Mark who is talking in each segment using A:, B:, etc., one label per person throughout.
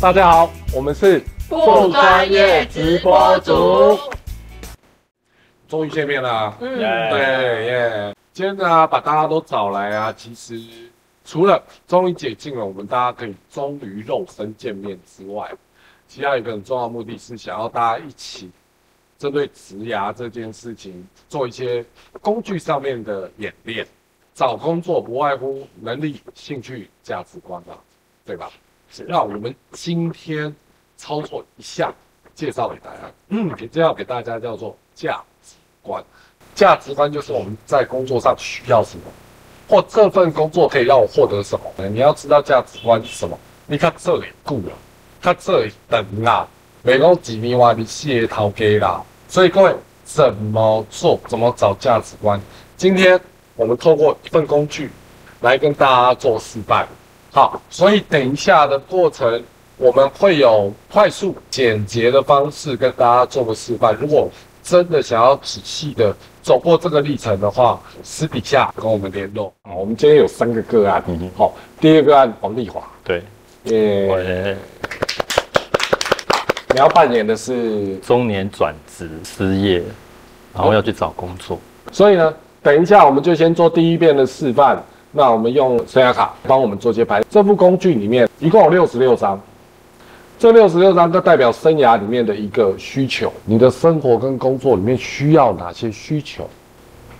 A: 大家好，我们是
B: 不专业直播主，
A: 终于见面啊啦！
B: 嗯，
A: 对耶，今天呢、把大家都找来啊，其实除了终于解禁了，我们大家可以终于肉身见面之外，其他有一个很重要的目的是想要大家一起针对植牙这件事情做一些工具上面的演练。找工作不外乎能力、兴趣、价值观嘛，对吧？
C: 是
A: 那我们今天操作一下，介绍给大家，嗯，给介绍给大家叫做价值观。价值观就是我们在工作上需要什么，或这份工作可以让我获得什么。你要知道价值观是什么。你看这里顾了，看这里等啦，没讲几米外你谢掏给啦。所以各位怎么做，怎么找价值观？今天我们透过一份工具来跟大家做示范。好，所以等一下的过程，我们会有快速、简洁的方式跟大家做个示范。如果真的想要仔细的走过这个历程的话，私底下跟我们联络。啊，我们今天有三个个案，
C: 嗯哼
A: 好、第一个个案王丽华，
C: 对，
A: 耶、
C: 我的
A: 你要扮演的是，
C: 中年转职失业，然后要去找工作，
A: 所以呢，等一下我们就先做第一遍的示范。那我们用声压卡帮我们做节拍。这副工具里面一共有六十六张，这六十六张就代表生涯里面的一个需求，你的生活跟工作里面需要哪些需求？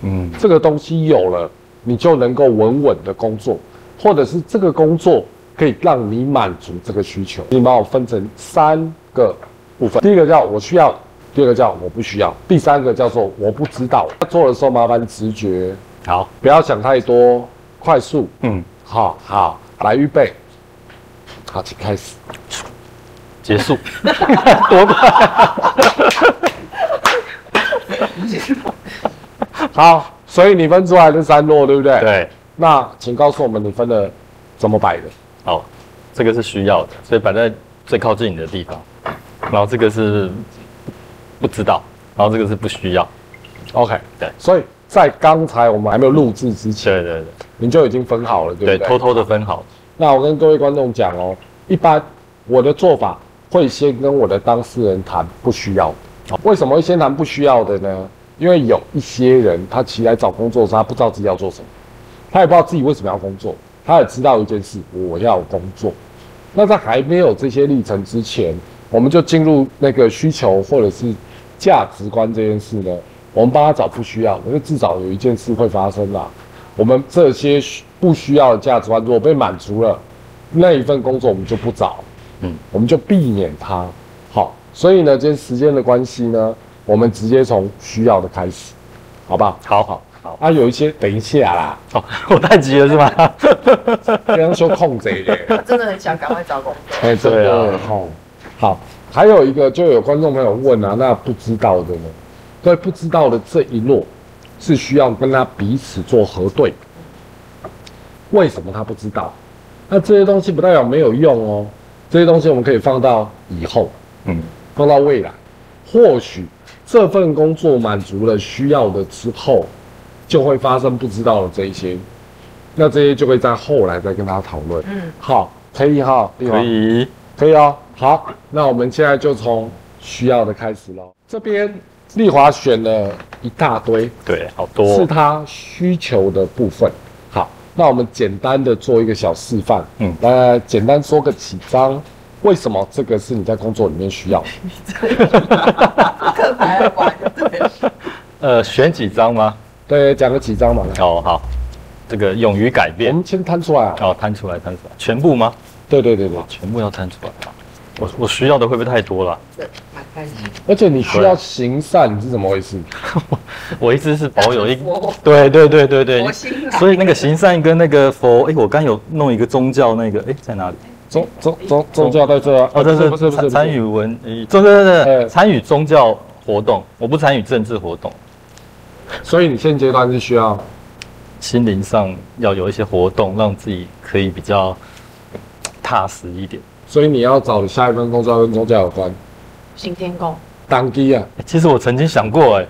C: 嗯，
A: 这个东西有了，你就能够稳稳的工作，或者是这个工作可以让你满足这个需求。你把我分成三个部分，第一个叫我需要，第二个叫我不需要，第三个叫做我不知道。做的时候麻烦直觉，
C: 好，
A: 不要想太多，快速，
C: 嗯，
A: 好好来预备，好，请开始。
C: 结束，
A: 好，所以你分出来的三落，对不对？。
C: 对，
A: 那请告诉我们你分的怎么摆的？
C: 好，这个是需要的，所以摆在最靠近你的地方，然后这个是不知道，然后这个是不需要，
A: OK，
C: 对
A: 所以在刚才我们还没有录制之前，
C: 对对
A: 你就已经分好了，对不对？
C: 对对，偷偷的分好，
A: 那我跟各位观众讲哦，一般我的做法会先跟我的当事人谈不需要的。为什么会先谈不需要的呢？因为有一些人他其实来找工作的时候，他不知道自己要做什么，他也不知道自己为什么要工作，他也知道一件事，我要工作。那在还没有这些历程之前，我们就进入那个需求或者是价值观这件事呢，我们帮他找不需要的，因为至少有一件事会发生啦。我们这些需不需要的价值观，如果被满足了，那一份工作我们就不找，
C: 嗯，
A: 我们就避免它。好，所以呢，今天时间的关系呢，我们直接从需要的开始，好不好？
C: 好好好，
A: 啊，有一些等一下啦，
C: 好， 我太急了是吗？
A: 这样说控制的，
B: 我真的很想赶快找工作。
A: 哎，真
C: 对
A: 的
C: 啊
A: 吼。好，还有一个就有观众朋友问啊，那不知道的呢？所以不知道的这一摞是需要跟他彼此做核对。为什么他不知道？那这些东西不代表没有用哦，这些东西我们可以放到以后，
C: 嗯，
A: 放到未来。或许这份工作满足了需要的之后，就会发生不知道的这一些，那这些就会在后来再跟他讨论。
B: 嗯，
A: 好，可以哈，可
C: 可以，
A: 可以哦。好，那我们现在就从需要的开始喽。这边丽华选了一大堆，
C: 对，好
A: 是
C: 多，
A: 她需求的部分。好，那我们简单的做一个小示范，
C: 嗯
A: 来来来简单说个几张，为什么这个是你在工作里面需要的？
B: 刻牌来玩就对了。
C: 呃，选几张吗？
A: 对，讲个几张嘛。来
C: 哦，好，这个勇于改
A: 我
C: 变，
A: 们先摊出来啊。
C: 哦，摊出来，摊出来，全部吗？
A: 对对对对，
C: 全部要摊出来啊！我我需要的会不会太多了？
B: 对，蛮开心。
A: 而且你需要行善，你是怎么回事？
C: 我一直是保哦有 一
B: 佛，
C: 对对对对对
B: 佛，心啊
C: 所以那个行善跟那个佛，哎，我刚有弄一个宗教那个，哎，在哪里？
A: 宗宗宗宗教在这啊？
C: 哦，这是
A: 不是不是不
C: 参
A: 是
C: 参与文，诶宗对对
A: 呃
C: 对，参与宗教活动，我不参与政治活动，
A: 所以你现阶段是需要
C: 心灵上要有一些活动，让自己可以比较踏实一点。
A: 所以你要找的下一份工作要跟宗教有关，
B: 行天宫，
A: 当机啊，
C: 诶其实我曾经想过，哎，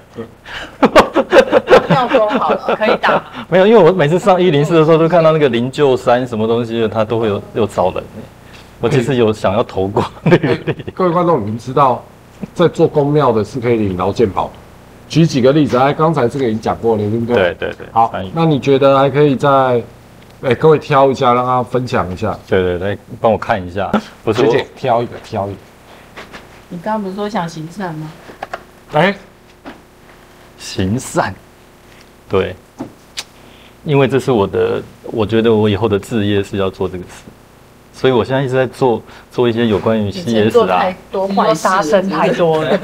B: 妙功好了，可以打吗。
C: 没有，因为我每次上一零四的时候，都看到那个灵鹫山什么东西的，它都会有有找人，诶我其实有想要投过履历，
A: 各位观众，你们知道，在做公庙的是可以领劳健保的。举几个例子，哎，刚才这个已经讲过了，对不对？
C: 对。对对，
A: 好
C: 翻译，
A: 那你觉得还可以在，哎，各位挑一下，让他分享一下。
C: 对对对，帮我看一下，不是
A: 学
C: 我
A: 姐，挑一个，挑一个。
B: 你刚刚不是说想行善吗？
A: 哎，
C: 行善，对，因为这是我的，我觉得我以后的置业是要做这个事，所以我现在一直在做做一些有关于
B: 以前做
C: CS 啊
B: 太。多
D: 你说
B: 坏事
D: 杀
B: 了，
D: 生太多了，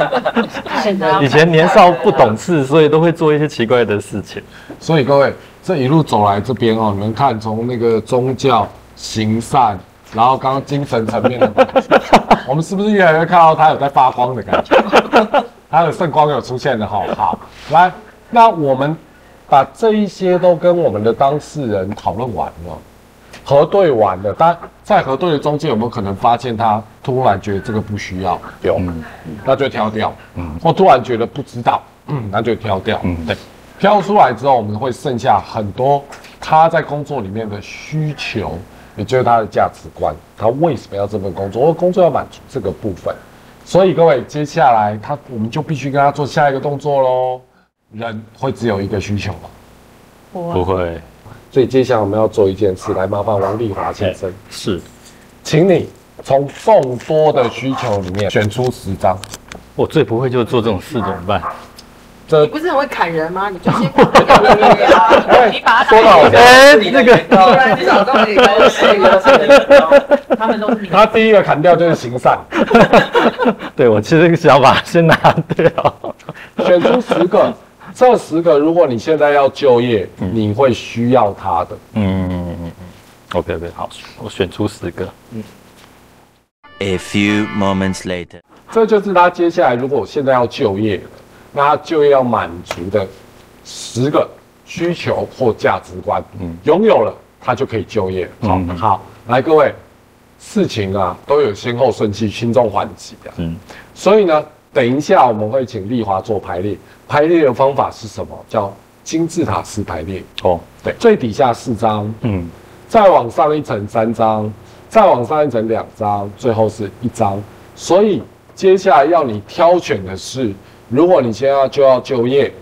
B: 真的，
C: 以前年少不懂事，所以都会做一些奇怪的事情。
A: 所以各位这一路走来这边哦，你们看从那个宗教行善，然后刚刚精神层面的，我们是不是越来越看到他有在发光的感觉？他的圣光有出现了哈。好，来，那我们把这一些都跟我们的当事人讨论完了，核对完了，但在核对的中间有没有可能发现他突然觉得这个不需要？有，那就挑掉。嗯，或突然觉得不知道，嗯，那就挑掉。
C: 嗯，对，
A: 挑出来之后，我们会剩下很多他在工作里面的需求，也就是他的价值观，他为什么要这份工作，或工作要满足这个部分。所以各位，接下来他我们就必须跟他做下一个动作喽。人会只有一个需求吗？
C: 不会
A: 所以接下来我们要做一件事，来麻烦王丽华先生，
C: 是
A: 请你从众多的需求里面选出十张。
C: 我最不会就是做这种事，怎么办？
A: 这
B: 你不是很会砍人吗？你就先砍掉
D: 你把它
A: 哎说到
D: 当
A: 我
C: 哎
B: 那个，不然你找到你的 那个，
D: 他们都是
A: 他第一个砍掉就是行善，
C: 对我其实想把它先拿掉。
A: 选出十个，这十个如果你现在要就业，你会需要它的。
C: 嗯，OK OK，好，我选出十个。
E: A few moments later.
A: 这就是他接下来如果我现在要就业了，那他就业要满足的十个需求或价值观，嗯
C: 嗯，
A: 拥有了他就可以就业。好、
C: 嗯
A: 好，来各位，事情啊都有先后顺序，轻重缓急啊。
C: 嗯，
A: 所以呢，等一下我们会请丽华做排列，排列的方法是什么？叫金字塔式排列。
C: 哦，
A: 对，最底下四张，
C: 嗯，
A: 再往上一层三张，再往上一层两张，最后是一张。所以接下来要你挑选的是，如果你现在就要就业，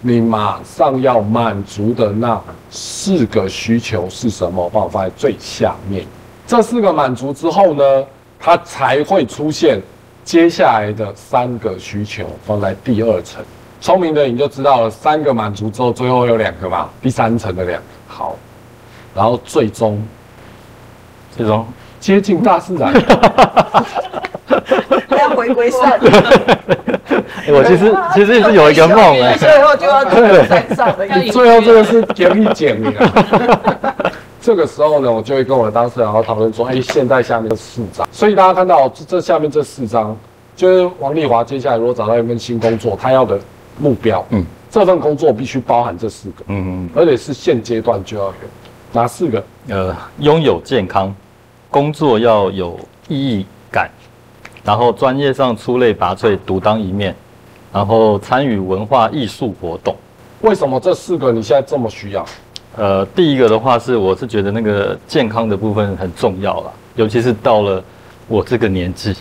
A: 你马上要满足的那四个需求是什么？帮我放在最下面。这四个满足之后呢，它才会出现接下来的三个需求放在第二层。聪明的你就知道了，三个满足之后，最后有两个嘛，第三层的两个。好，然后最终
C: 这种
A: 接近大自然。
B: 要回归善，
C: 哎，我其实其实是有一个梦哎、
B: 最后就要走山上的一
D: 对
A: 最后这个是简历简历啊。 这个时候呢，我就会跟我的当事人然后讨论说，哎，现在下面这四张，所以大家看到这这下面这四张，就是王丽华接下来如果找到一份新工作，她要的目标，嗯
C: 嗯，
A: 这份工作必须包含这四个，
C: 嗯，
A: 而且是现阶段就要有哪四个？
C: 呃，拥有健康，工作要有意义感，然后专业上出类拔萃，独当一面，然后参与文化艺术活动。
A: 为什么这四个你现在这么需要？
C: 呃，第一个的话是，我是觉得那个健康的部分很重要啦，尤其是到了我这个年纪，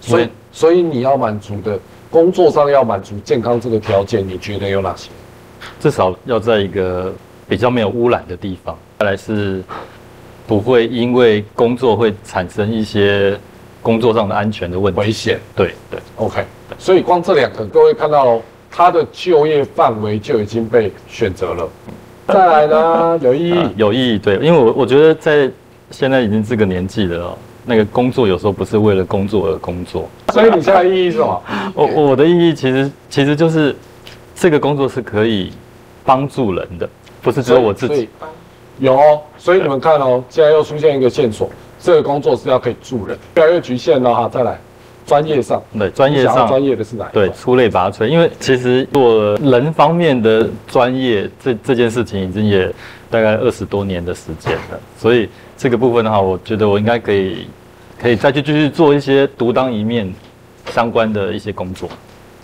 A: 所以
C: 嗯，
A: 所以你要满足的工作上要满足健康这个条件，你觉得有哪些？
C: 至少要在一个比较没有污染的地方。再来是不会因为工作会产生一些工作上的安全的问
A: 危
C: 题。
A: 险。
C: 对对，
A: OK，所以光这两个，各位看到咯它的就业范围就已经被选择了。
C: 嗯
A: 再来 呢，有意
C: 呃
A: 义，
C: 有意义。对，因为我我觉得在现在已经这个年纪了、哦，那个工作有时候不是为了工作而工作。
A: 所以你现在意义是什么？
C: 我我的意义其实其实就是这个工作是可以帮助人的，不是 只有我自
A: 所以
C: 己。。
A: 有哦，所以你们看哦，现在又出现一个线索，这个工作是要可以助人，越来越局限了哈。再来，专业上，
C: 对，专业
A: 你想要
C: 上
A: 专业的是哪一
C: 对
A: 块？
C: 出类拔萃，因为其实做人方面的专业这这件事情已经也大概二十多年的时间了，所以这个部分的话，我觉得我应该可以可以再去继续做一些独当一面相关的一些工作。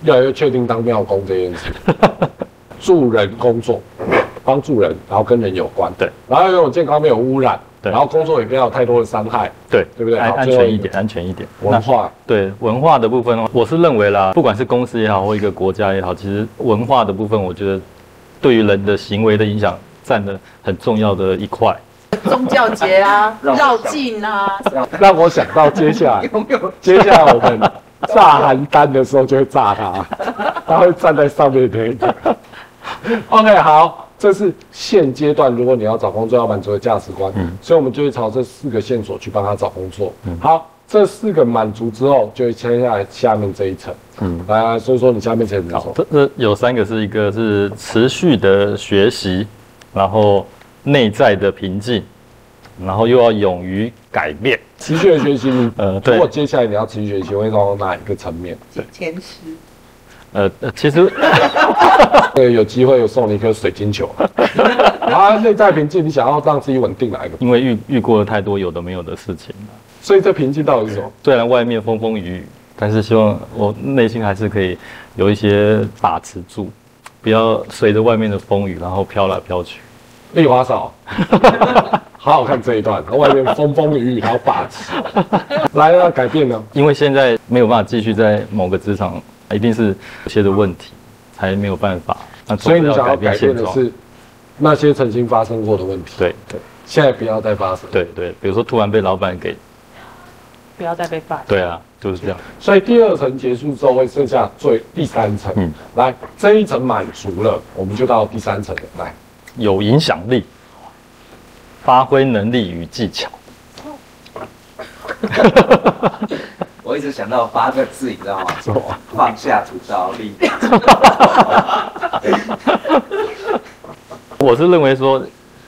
A: 越来越确定当庙工这件 事，助人工作，帮助人，然后跟人有关，
C: 对，
A: 然后又有健康没有污染，
C: 对
A: 然后工作也不要有太多的伤害，
C: 对
A: 对不对
C: 安
A: 好
C: 安
A: 最后
C: 全
A: 一
C: 一
A: 个
C: 点，安全一点。
A: 文化
C: 对文化的部分，我是认为啦，不管是公司也好，或一个国家也好，其实文化的部分，我觉得对于人的行为的影响占了很重要的一块。
B: 宗教节啊，
D: 绕
B: 绕境啊，
A: 让我想到接下来，
B: 有没有？
A: 接下来我们炸邯郸的时候就会炸 他，他会站在上面那一个。OK，好，这是现阶段如果你要找工作要满足的价值观，
C: 嗯
A: 所以我们就会朝这四个线索去帮他找工作。
C: 嗯
A: 好，这四个满足之后，就会切下来下面这一层。
C: 嗯，
A: 来来，所以说你下面这一层是什么
C: 这这有三个是一个是持续的学习，然后内在的平静，然后又要勇于改变。
A: 持续的学习，你
C: 呃，
A: 如
C: 对
A: 果，接下来你要持续学习，会从哪一个层面？
B: 前十，
C: 呃，呃其实
A: 对，有机会有送你一颗水晶球。啊，内在平静，你想要让自己稳定哪一个？
C: 因为遇遇过了太多有的没有的事情了，
A: 所以这平静到底是什么？
C: 虽然外面风风雨雨，但是希望我内心还是可以有一些把持住，不要随着外面的风雨然后飘来飘去。
A: 丽华嫂，好好看这一段，外面风风雨雨，然后把持。来了，改变呢？
C: 因为现在没有办法继续在某个职场，一定是有些的问题才没有办法。那总
A: 所以
C: 是
A: 你
C: 要
A: 想
C: 改
A: 要
C: 变
A: 改变
C: 现
A: 的
C: 状。
A: 是那些曾经发生过的问题。
C: 对
A: 对，现在不要再发生。
C: 对对，比如说突然被老板给，
D: 不要再被霸凌。
C: 对啊，就是这样。
A: 所以第二层结束之后，会剩下最第三层。
C: 嗯
A: 来这一层满足了，我们就到第三层了。来，
C: 有影响力，发挥能力与技巧。
B: 我一直想到八个字，你知道吗？放下屠刀立。
C: 我是认为说，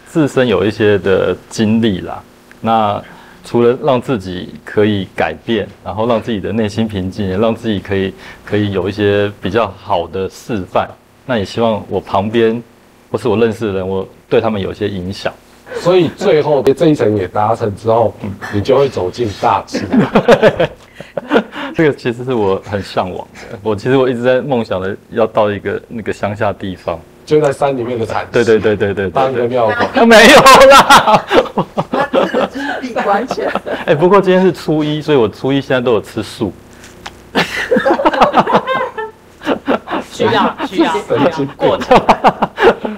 C: 自身有一些的经历啦，那除了让自己可以改变，然后让自己的内心平静，也让自己可以可以有一些比较好的示范，那也希望我旁边或是我认识的人，我对他们有一些影响。
A: 所以最后这一层也达成之后，嗯你就会走进大自然。
C: 这个其实是我很向往的，我其实我一直在梦想的要到一个那个乡下地方。
A: 就在山里面的禅
C: 对对对对对
A: 当
C: 对
A: 一个
C: 对。
A: 庙口。
C: 啊 没有啦，
B: 他这个就是闭关前，
C: 哎、不过今天是初一，所以我初一现在都有吃素。
D: 需要需要需要过程。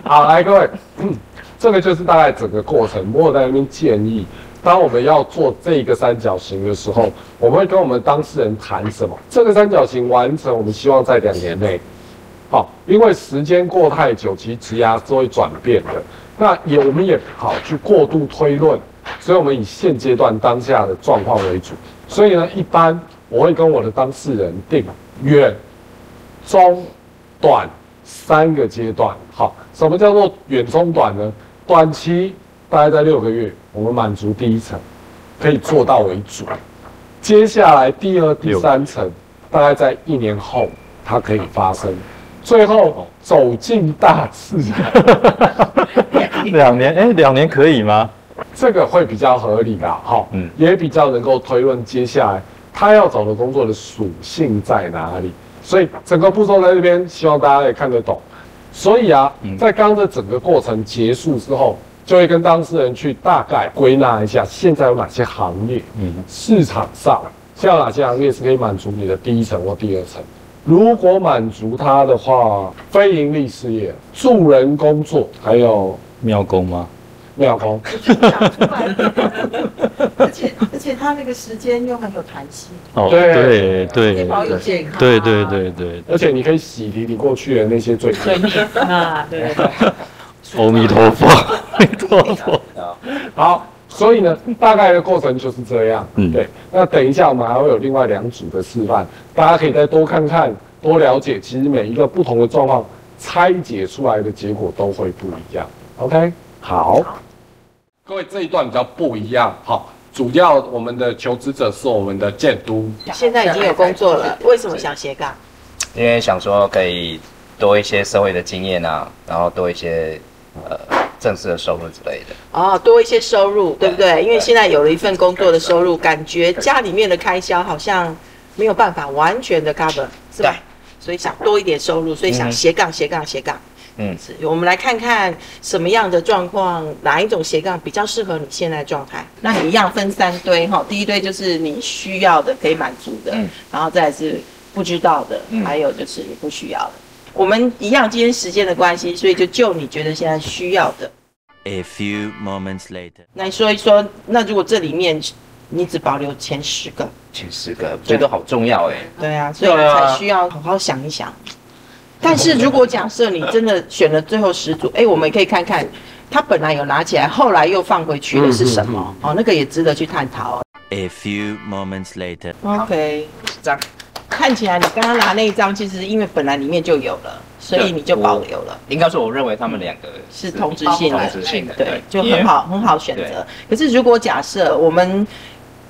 A: 好，来各位，嗯这个就是大概整个过程。我有在那边建议，当我们要做这个三角形的时候，我们会跟我们当事人谈什么？这个三角形完成，我们希望在两年内。好，因为时间过太久，其实职涯是会转变的。那也我们也不好去过度推论，所以我们以现阶段当下的状况为主。所以呢，一般我会跟我的当事人定远、中、短三个阶段。好，什么叫做远、中、短呢？短期大概在六个月，我们满足第一层，可以做到为主。接下来第二、第三层，大概在一年后它可以发生。最后走进大自然，
C: 两年，哎、两年可以吗？
A: 这个会比较合理啦，哈，
C: 嗯
A: 也比较能够推论接下来他要找的工作的属性在哪里。所以整个步骤在这边，希望大家也看得懂。所以啊，
C: 嗯
A: 在刚刚的整个过程结束之后，就会跟当事人去大概归纳一下，现在有哪些行业，
C: 嗯，
A: 市场上现在有哪些行业是可以满足你的第一层或第二层？如果满足它的话，非盈利事业、助人工作，还有
C: 庙工吗？
A: 妙工，
B: 讲出来而且而且他那个时间又很有弹性，
C: 哦，
A: 对
C: 对对
B: 保有健康、啊，
C: 对对对对，
A: 而且你可以洗涤你过去的那些罪
D: 对
A: 孽。
D: 你啊，对，
C: 阿弥陀 佛，阿弥陀佛。
A: 好，所以呢，大概的过程就是这样。
C: 嗯
A: 对。那等一下我们还会有另外两组的示范，大家可以再多看看、多了解，其实每一个不同的状况拆解出来的结果都会不一样。OK，好。各位这一段比较不一样，好。主要我们的求职者是我们的建都，
F: 现在已经有工作了，为什么想斜杠？
G: 因为想说可以多一些社会的经验啊，然后多一些呃正式的收入之类的。
F: 哦，多一些收入，对不对？
G: 对
F: 因为现在有了一份工作的收入，感觉家里面的开销好像没有办法完全的 cover，是吧？所以想多一点收入，所以想斜杠斜杠斜杠。
G: 嗯
F: 是我们来看看什么样的状况，哪一种斜杠比较适合你现在状态？那你一样分三堆哈，第一堆就是你需要的可以满足的，
G: 嗯
F: 然后再来是不知道的，
G: 嗯
F: 还有就是你不需要的。我们一样，今天时间的关系，所以就就你觉得现在需要的，
E: A few moments later.
F: 来说一说。那如果这里面你只保留前十个，
G: 前十个，我觉得好重要哎、
F: 嗯对啊，所以
G: 对啊
F: 才需要好好想一想。但是如果假设你真的选了最后十组，哎，我们也可以看看他本来有拿起来，后来又放回去的是什么？哦，那个也值得去探讨哦。
E: A few moments later.
F: OK，
G: 这样
F: 看起来你刚刚拿那一张，其实因为本来里面就有了，所以你就保留了。
G: 应该说，我认为他们两个
F: 是同质性的
G: 同质性的，
F: 对，就很好很好选择。可是如果假设我们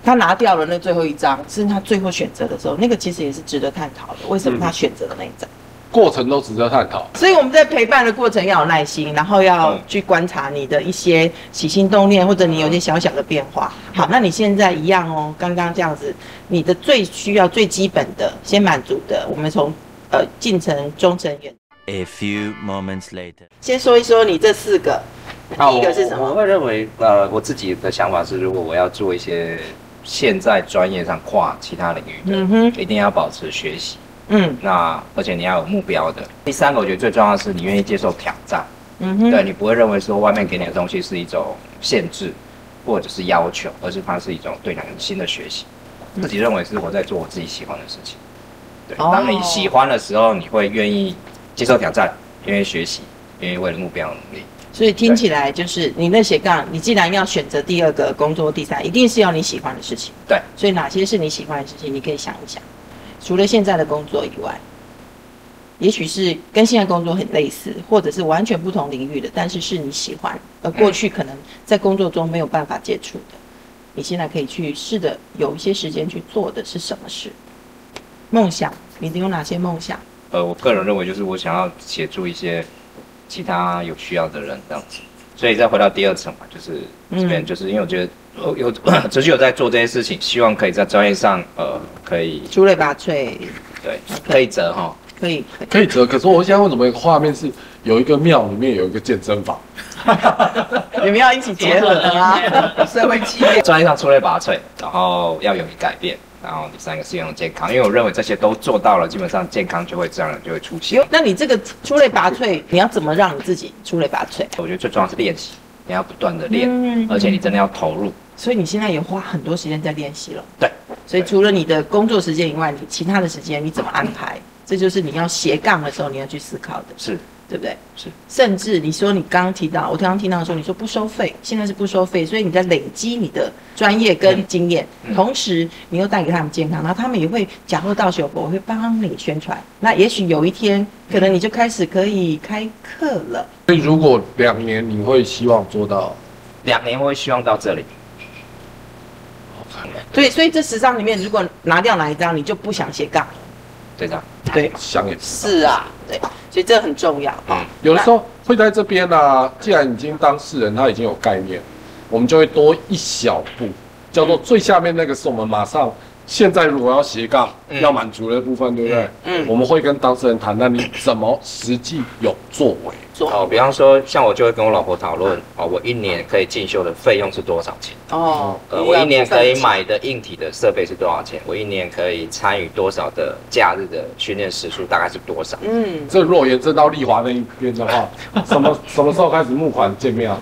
F: 他拿掉了那最后一张，是他最后选择的时候，那个其实也是值得探讨的。为什么他选择了那一张？
A: 过程都值得探讨。
F: 所以我们在陪伴的过程要有耐心，然后要去观察你的一些起心动念，或者你有一些小小的变化。好，那你现在一样哦，刚刚这样子，你的最需要、最基本的、先满足的，我们从呃近程、中程、远程，
E: A few moments later.
F: 先说一说你这四个，第一个是什
G: 我
F: 么？
G: 会认为，呃，我自己的想法是，如果我要做一些现在专业上跨其他领域的，
F: 嗯哼，
G: 一定要保持学习。
F: 嗯
G: 那而且你要有目标的。第三个，我觉得最重要的是你愿意接受挑战，
F: 嗯哼，
G: 对你不会认为说外面给你的东西是一种限制或者是要求，而是它是一种对你新的学习。自己认为是我在做我自己喜欢的事情。对，
F: 哦
G: 当你喜欢的时候，你会愿意接受挑战，愿意学习，愿意为了目标努力。
F: 所以听起来就是你那斜杠，你既然要选择第二个工作，第三一定是要你喜欢的事情。
G: 对，
F: 所以哪些是你喜欢的事情，你可以想一想。除了现在的工作以外，也许是跟现在工作很类似，或者是完全不同领域的，但是是你喜欢，而过去可能在工作中没有办法接触的，你现在可以去试着有一些时间去做的是什么事？梦想，你有哪些梦想？
G: 呃，我个人认为就是我想要协助一些其他有需要的人这样子。所以再回到第二层嘛，就是这边，
F: 嗯
G: 就是因为我觉得呃有 持续有在做这些事情，希望可以在专业上呃可以
F: 出类拔萃，
G: 对可以折哈，
F: 可以，可以
A: 可以折，可是我现在为什么有个画面是有一个庙里面有一个健身房？
F: 你们要一起结合啊， 社会企业。
G: 专业上出类拔萃，然后要勇于改变，然后第三个是用健康，因为我认为这些都做到了，基本上健康就会自然而然就会出现。
F: 那你这个出类拔萃，你要怎么让你自己出类拔萃？
G: 我觉得最重要是练习，你要不断的练，
F: 嗯
G: 而且你真的要投入。
F: 所以你现在也花很多时间在练习了。
G: 对，
F: 所以除了你的工作时间以外，你其他的时间你怎么安排？这就是你要斜杠的时候你要去思考的，
G: 是
F: 对不对？
G: 是。
F: 甚至你说你刚刚提到，我刚刚听到说你说不收费，现在是不收费，所以你在累积你的专业跟经验，
G: 嗯
F: 同时你又带给他们健康，然后他们也会假货到学佛，我会帮你宣传。那也许有一天，可能你就开始可以开课了。
A: 所以如果两年，你会希望做到？
G: 两年我会希望到这里，
F: 对，所以这十张里面，如果拿掉哪一张，你就不想斜杠了。
G: 对这样。
F: 对，
A: 想也不知道
F: 是啊，对，所以这很重要。
G: 嗯
A: 有的时候会在这边啊，既然已经当事人他已经有概念，我们就会多一小步，叫做最下面那个是我们马上现在如果要斜杠、
G: 嗯
A: 要满足的部分，对不对？
F: 嗯
A: 我们会跟当事人谈，那你怎么实际有作为？
G: 哦，比方说，像我就会跟我老婆讨论，哦，我一年可以进修的费用是多少钱？
F: 哦，
G: 呃，我一年可以买的硬体的设备是多少钱？我一年可以参与多少的假日的训练时数大概是多少？
F: 嗯，
A: 这若延伸到丽华那一边的话，什么什么时候开始募款见面啊？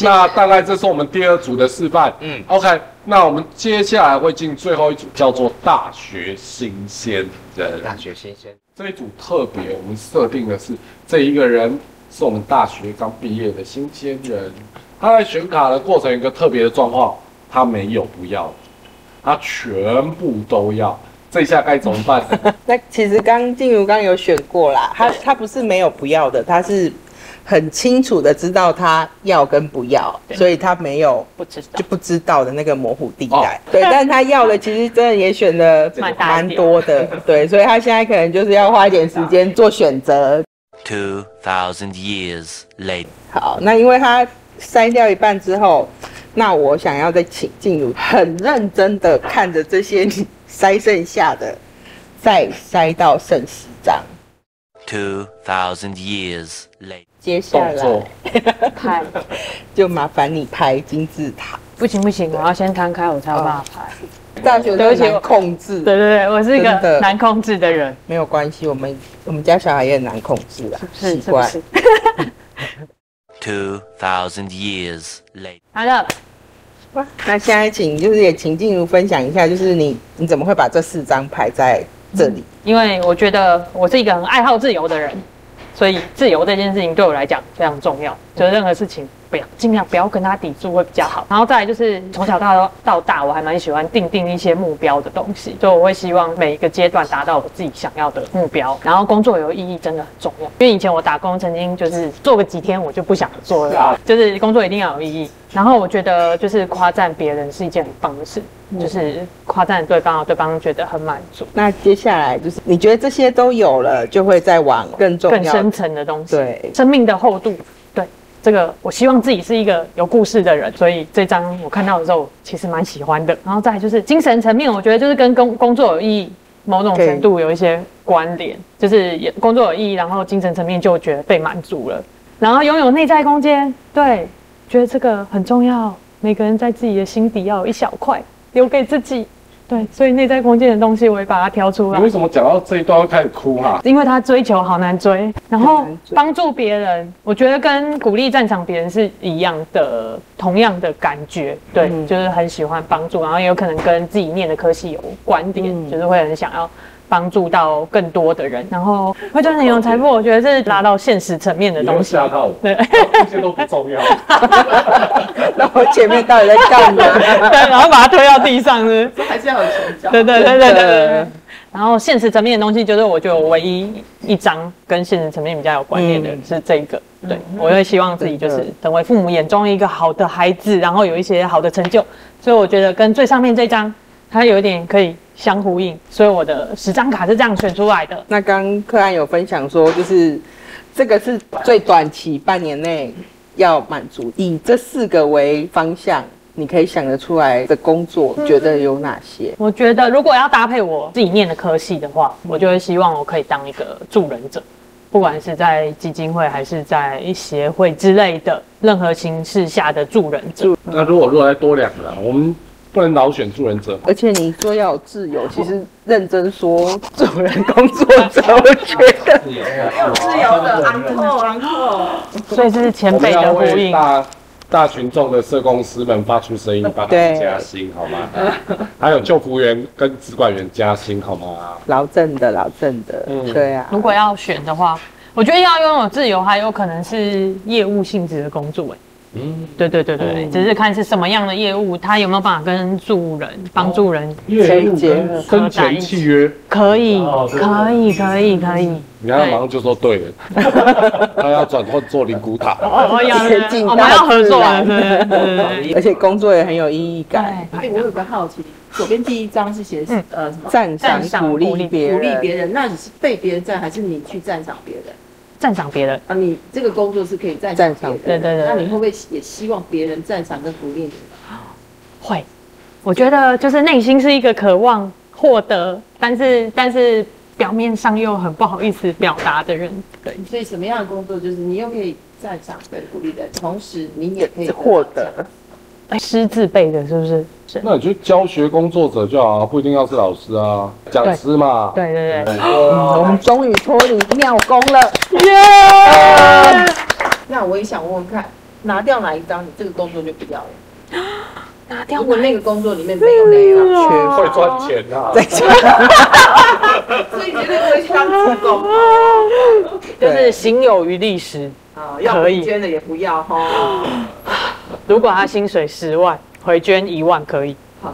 A: 那大概这是我们第二组的示范。
G: 嗯，
A: OK，那我们接下来会进最后一组，叫做大学新鲜人。
G: 大学新鲜，
A: 这一组特别，我们设定的是这一个人是我们大学刚毕业的新鲜人，他在选卡的过程有一个特别的状况，他没有不要的，他全部都要，这下该怎么办呢？
F: 那其实刚静茹刚有选过啦，他他不是没有不要的，他是很清楚的知道他要跟不要，所以他没有
D: 不知道哦
F: 就。不知道的那个模糊地带。对，但他要的其实真的也选的
D: 蛮大一
F: 蛮
D: 点
F: 多 的，对，所以他现在可能就是要花一点时间做选择。
E: Two thousand years later.
F: 好，那因为他筛掉一半之后，那我想要再请静茹很认真的看着 这些你筛剩下的，再筛到剩十张。
E: 2,000 years later.
H: 接下
D: 动
H: 来
D: 作拍，
H: 就麻烦你拍金字塔。
D: 不行不行，我要先摊开，我才有办法拍。
H: 大学
D: 对
H: 都
D: 不起我
H: 难控制，
D: 对对对，我是一
H: 哦真的
D: 个难控制的人，
H: 没有关系，我们我们家小孩也很难控制啊，奇
D: 是是不
H: 怪。
D: 是？
E: 2,000 years later.
D: 好的，
H: 那现在请就是也请静茹分享一下，就是你你怎么会把这四张排在这里？
D: 因为我觉得我是一个很爱好自由的人，所以自由这件事情对我来讲非常重要。就是任何事情不要尽量不要跟他抵触会比较好。然后再来就是从小到到大，我还蛮喜欢定定一些目标的东西，所以我会希望每一个阶段达到我自己想要的目标。然后工作有意义真的很重要，因为以前我打工曾经就是做个几天我就不想做了，啊就是工作一定要有意义。然后我觉得就是夸赞别人是一件很棒的事，就是夸赞对方，对方觉得很满足。
H: 那接下来就是你觉得这些都有了，就会再往更重
D: 更
H: 要
D: 深层的东西，
H: 对
D: 生命的厚度，对这个，我希望自己是一个有故事的人，所以这张我看到的时候，其实蛮喜欢的。然后再来就是精神层面，我觉得就是跟工工作有意义某种程度有一些关联，就是也工作有意义，然后精神层面就觉得被满足了，然后拥有内在空间，对，觉得这个很重要，每个人在自己的心底要有一小块留给自己。对，所以内在空间的东西，我也把它挑出来
A: 你为。什么讲到这一段会开始哭啊哈、
D: 因为他追求好难追，然后
H: 很难追
D: 帮助别人，我觉得跟鼓励赞赏别人是一样的，同样的感觉。对，
H: 嗯
D: 就是很喜欢帮助，然后也有可能跟自己念的科系有关点，
H: 嗯
D: 就是会很想要。帮助到更多的人，然后会赚钱有财富，我觉得这是拉到现实层面的
A: 你
D: 东
A: 会
D: 西。
A: 吓到我，
D: 啊对
A: 这些都不重 要。
H: 那我前面到底在干嘛？
D: 对，然后把它推到地上是不是
B: 还是要有成交。
D: 对对对对对
H: 真
D: 对
H: 的
D: 对。然后现实层面的东西，就是我觉得我唯一一张跟现实层面比较有关联的
H: 嗯
D: 是这个。对，我会希望自己就是成为父母眼中一个好的孩子，然后有一些好的成就。所以我觉得跟最上面这张，它有一点可以相呼应。所以我的十张卡是这样选出来的。
H: 那刚柯安有分享说，就是这个是最短期半年内要满足，以这四个为方向，你可以想得出来的工作，觉得有哪些？
D: 我觉得如果要搭配我自己念的科系的话，我就会希望我可以当一个助人者，不管是在基金会还是在协会之类的任何形式下的助人者。
A: 那如果如果再多两个、啊，我们不能老选助人者嘛。
H: 而且你说要有自由，其实认真说，做人工作者，我 觉得
B: 自
F: 哦
B: 由的 uncle uncle，
D: 所以这是前
A: 我们
D: 辈
A: 要
D: 的呼
A: 为
D: 应。
A: 大大群众的社工师们发出声音，帮他们
H: 对
A: 加薪好吗？还有救服员跟职管员加薪好吗？
H: 劳政的，劳政的，
A: 嗯
H: 对啊，
D: 如果要选的话，我觉得要拥有自由，还有可能是业务性质的工作、哎，
A: 嗯，
D: 对对对对，只是看是什么样的业务，他有没有办法跟助人、帮助人，
A: 业务
H: 结合
A: 跟生前契
D: 嗯
A: 约，
D: 可以
A: 哦，对
D: 可以，可以，可以。
A: 你看他马上就说对了，他要转换做灵骨塔。
D: 哦，我要
H: 贴近
D: 我们要合作
H: 大
D: 了，
H: 自
D: 对对对对 对。
H: 而且工作也很有意义感，
D: 对
B: 哎，我有个好奇，左边第一张是写
D: 嗯
B: 呃什么？
H: 赞赏
D: 赞、赏
H: 鼓
D: 鼓
H: 励
D: 励
H: 别
B: 鼓励
H: 人，
B: 别人，那你是被别人赞，还是你去赞赏别人？
D: 赞赏别人，
B: 啊，你这个工作是可以赞
H: 赞
B: 赏
H: 赏
B: 别人
D: 别人对对对
B: 那你会不会也希望别人赞赏跟鼓励你？
D: 会。我觉得就是内心是一个渴望获得，但是但是表面上又很不好意思表达的人，对。
B: 所以什么样的工作就是你又可以赞赏跟鼓励人，同时你也可以
H: 获得。
D: 哎师字辈的，是不是？是。
A: 那你就教学工作者就好啊，不一定要是老师啊，讲师嘛。
D: 对对对，
H: 我们终于脱离庙工了，
B: 那我也想问问看，拿掉哪一张，你这个工作就不要了？
H: 啊
D: 拿
B: 如
D: 掉
B: 果那个工作里面没有啊那个，
H: 缺
A: 会赚钱啊！
B: 所以绝对不会去当职工
D: 啊就是行有余力时，
B: 啊，要
D: 可以
B: 不捐的也不要哈。
D: 如果他薪水十万，回捐一万可以。
B: 好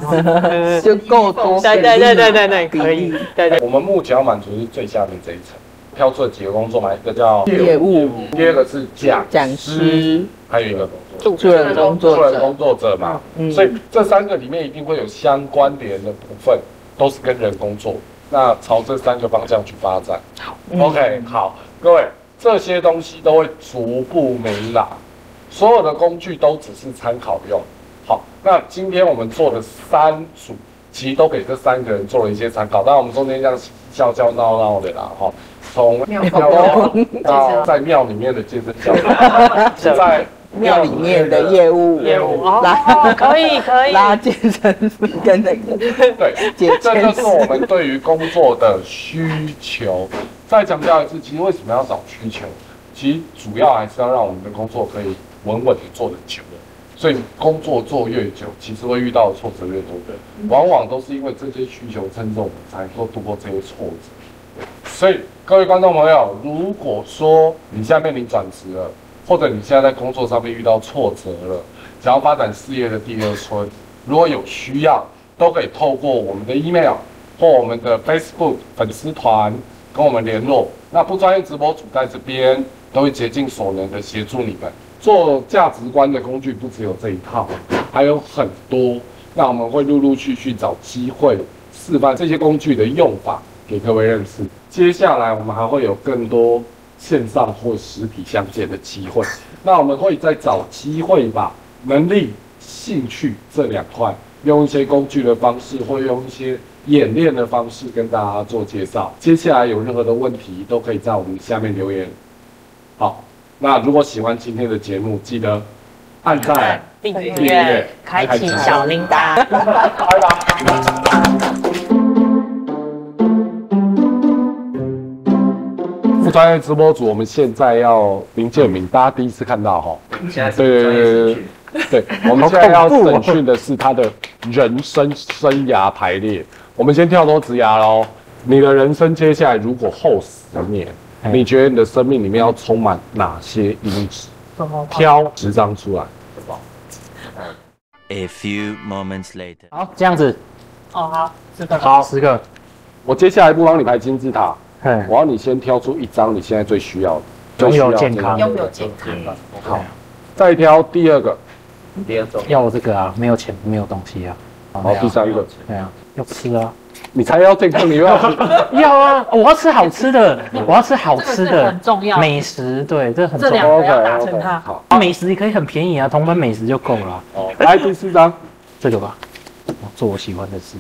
D: 对
H: 就够多比
D: 对
H: 例，
D: 对对对对对，可以。对对，
A: 哎我们目前要满足是最下面这一层，挑出了几个工作嘛，一个叫
H: 业务
A: 第二个是讲
H: 讲师，
A: 还有一个工作。
H: 助人工作
A: 作为
H: 者
A: 工，作者嘛，
H: 嗯
A: 所以这三个里面一定会有相关联的部分，都是跟人工作。那朝这三个方向去发展。好、o k 好，各位，这些东西都会逐步明朗，所有的工具都只是参考用。好，那今天我们做的三组，其实都给这三个人做了一些参考，但我们中间这样笑笑闹闹的啦，哈、从
B: 庙
A: 庙
B: 工
A: 到在庙里面的健身教练，在
F: 庙里面的业务
A: 业务
D: 哦，可以可以，
F: 拉健身跟 那个
A: 对，
F: 解
A: 这
F: 健
A: 就是我
F: 身，
A: 们对于工作的需求。再强调一次，其实为什么要找需求？其实主要还是要让我们的工作可以稳稳的做得久了。所以工作做越久，其实会遇到的挫折越多的，往往都是因为这些需求撑着我们才能够度过这些挫折。所以各位观众朋友，如果说你现在面临转职了，或者你现在在工作上面遇到挫折了，想要发展事业的第二春，如果有需要，都可以透过我们的 email 或我们的 Facebook 粉丝团跟我们联络。那不专业直播主在这边都会竭尽所能的协助你们。做价值观的工具不只有这一套，还有很多。那我们会陆陆续续找机会示范这些工具的用法给各位认识。接下来我们还会有更多线上或实体相见的机会。那我们会再找机会把能力、兴趣这两块，用一些工具的方式，或用一些演练的方式跟大家做介绍。接下来有任何的问题，都可以在我们下面留言。好，那如果喜欢今天的节目，记得按赞。
D: 订
A: 订阅
D: 阅，开启小铃铛。
A: 不专业直播组，我们现在要林建明，大家第一次看到哈。
G: 现在是
A: 对
G: 专业
A: 对对
G: 资讯，
A: 对，我们现在要审讯的是他的人生生涯排列。我们先跳脱职涯喽。你的人生接下来如果后十年，
C: 嗯
A: 你觉得你的生命里面要充满哪些因子？挑十张出来。
E: A few moments later.
H: 好，这样子，
D: 哦，好，知道。
H: 好，十个，
A: 我接下来不帮你排金字塔，
H: 嗯，
A: 我要你先挑出一张你现在最需要的，最
H: 拥
A: 需要
H: 有
A: 的
H: 健康，
B: 拥有健康，
A: 好，再挑第二个，
G: 嗯第二种
H: 要我这个啊，没有钱没有东西啊，
A: 好，第三个，
H: 对啊，要吃啊，
A: 你才要健康，你又要
H: 要啊，我要吃好吃 的，我要吃好吃
D: 这个是
H: 的
D: 很，重要。
H: 美食，对，这很
D: 这
H: 重
D: 两
H: 要。
D: 个要达成
A: OK，OK，
D: 它
A: 哦好，
H: 美食也可以很便宜啊，同分美食就够了啊，
A: 哦，来第四张，
H: 这个吧，我做我喜欢的事，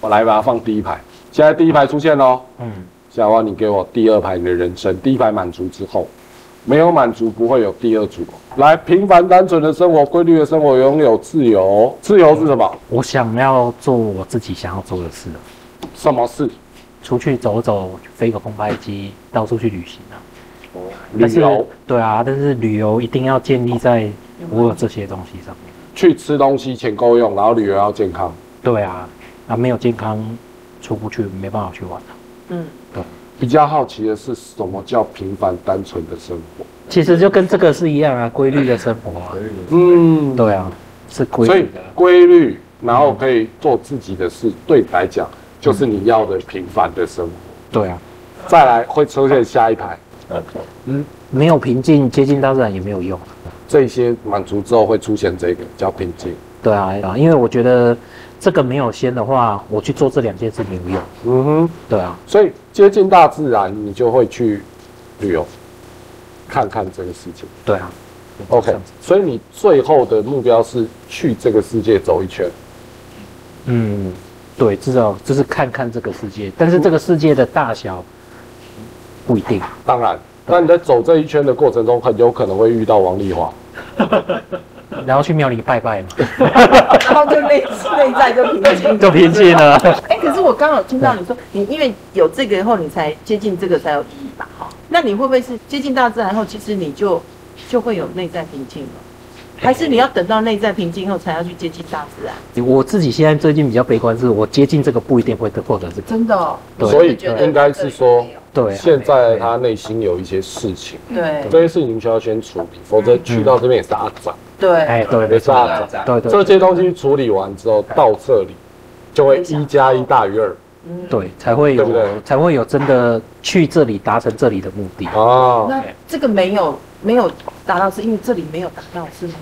A: 我来把它放第一排。现在第一排出现喽，
H: 嗯，
A: 小王，你给我第二排你的人生，第一排满足之后，没有满足不会有第二组。来，平凡单纯的生活，规律的生活，拥有自由。自由是什么？
H: 我想要做我自己想要做的事啊，
A: 什么事？
H: 出去走走，飞个空拍机，到处去旅行啊。
A: 旅
H: 但是
A: 游，
H: 对啊，但是旅游一定要建立在我有这些东西上面。
A: 去吃东西，钱够用，然后旅游要健康。
H: 对啊，啊没有健康出不去，没办法去玩啊、
A: 比较好奇的是，什么叫平凡单纯的生活？
H: 其实就跟这个是一样啊，规律的生活啊。
A: 嗯，
H: 对啊，是规
A: 所以
H: 律的。
A: 规律，然后可以做自己的事，对你来讲就是你要的平凡的生活。
H: 嗯对啊，
A: 再来会出现下一排，
H: 没有平静，接近大自然也没有用啊。
A: 这些满足之后会出现这个叫平静。
H: 对啊，啊因为我觉得这个没有先的话，我去做这两件事没有用。
A: 嗯哼，
H: 对啊，
A: 所以接近大自然，你就会去旅游，看看这个世界。
H: 对啊。
A: OK，所以你最后的目标是去这个世界走一圈。
H: 嗯，对，至少就是看看这个世界，但是这个世界的大小不一定。
A: 当然，那你在走这一圈的过程中，很有可能会遇到王丽华。
H: 然后去庙里拜拜嘛，
F: 然后哦就内内在就平静。
H: 就平静了。
F: 哎、可是我刚好听到你说，你因为有这个以后，你才接近这个才有意义吧？哈，那你会不会是接近大自然后，其实你就就会有内在平静了？还是你要等到内在平静后才要去接近大自然？
H: 我自己现在最近比较悲观，是我接近这个不一定会得获得这个。
F: 真的、哦，
H: 对
A: 所以
F: 我觉得
A: 应该是说，
H: 对啊，
A: 现在他内心有一些事情，
F: 对
A: 这些事情需要先处理，否则去到这边也是阿展，
F: 对
H: 哎，对，
A: 也
H: 没
A: 是
H: 错，
A: 阿展。
H: 对对
A: 这些东西处理完之后，到这里就会一加一大于二。
F: 嗯
H: 哎对，才会
A: 对不对
H: 有才会有真的去这里达成这里的目的。
A: 哦，
F: 那这个没有没有达到，是因为这里没有达到，是吗？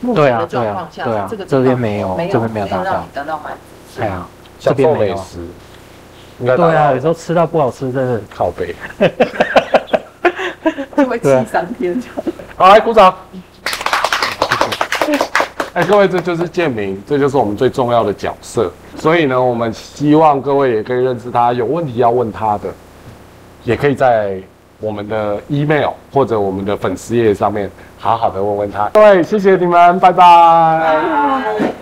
F: 目前
H: 对啊
F: 的状况下，
H: 对啊对啊
F: 这个
H: 这边没
F: 没
H: 有
F: 有，
H: 这边没有达到
F: 让你达到满
H: 哎呀，这
A: 享
H: 边
A: 受
H: 没
A: 美
H: 有啊。
A: 食，应该
H: 对啊，
A: 大
H: 有
A: 家
H: 时候吃到不好吃，真的
A: 靠背。
F: 足，就会
H: 对啊
F: 气三天这样。
A: 好，来鼓掌。哎，各位，这就是建明，这就是我们最重要的角色。所以呢，我们希望各位也可以认识他，有问题要问他的，也可以在我们的 email 或者我们的粉丝页上面好好的问问他。各位，谢谢你们，拜拜